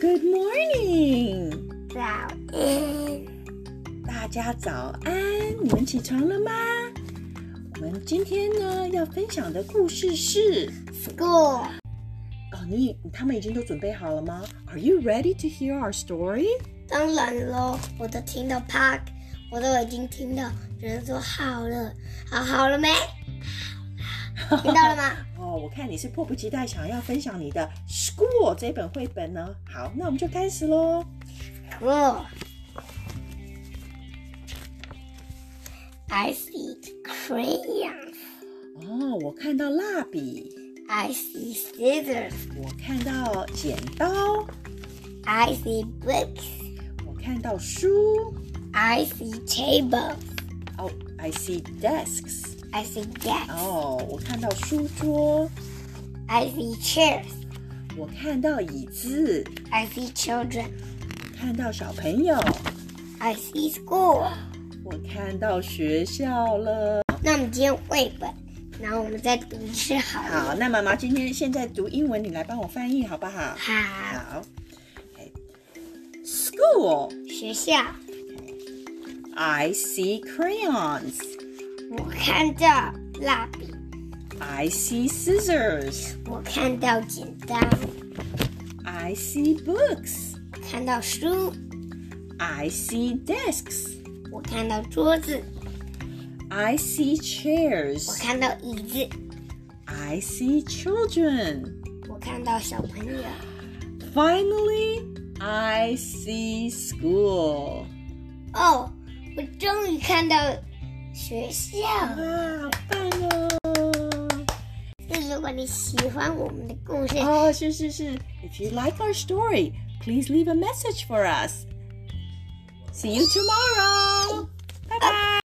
Good morning，早安，大家早安！你们起床了吗？我们今天呢要分享的故事是 school. 哦，你他们已经都准备好了吗？Are you ready to hear our story？当然喽，我都听到 park，我都已经听到有人说好了，好好了没？好了，听到了 吗？哦，我看你是迫不及待想要分享你的《School》这本绘本呢。好，那我们就开始喽。 Cool. I see crayons. 哦，我看到蜡笔， I see scissors. 我看到剪刀， I see books. 我看到书。 I see tables. 哦，I see desks。 I see desks. 哦，我看到书桌， I see chairs. 我看到椅子， I see children. 看到小朋友， I see school. 我看到学校了。那我们今天绘本，然后我们再读一次好了。好，那妈妈今天现在读英文，你来帮我翻译好不好？好，好。Okay. School. 学校， I see crayons. 我看到蜡笔， I see scissors. 我看到剪刀， I see books. 我看到书， I see desks. 我看到桌子， I see 我 chairs. 看到椅子， I see children. 我看到小朋友， Finally, I see school. 哦，我终于看到学校了。哇，好棒哦！那如果你喜欢我们的故事，哦，是是是。If you like our story, please leave a message for us. See you tomorrow. Bye bye.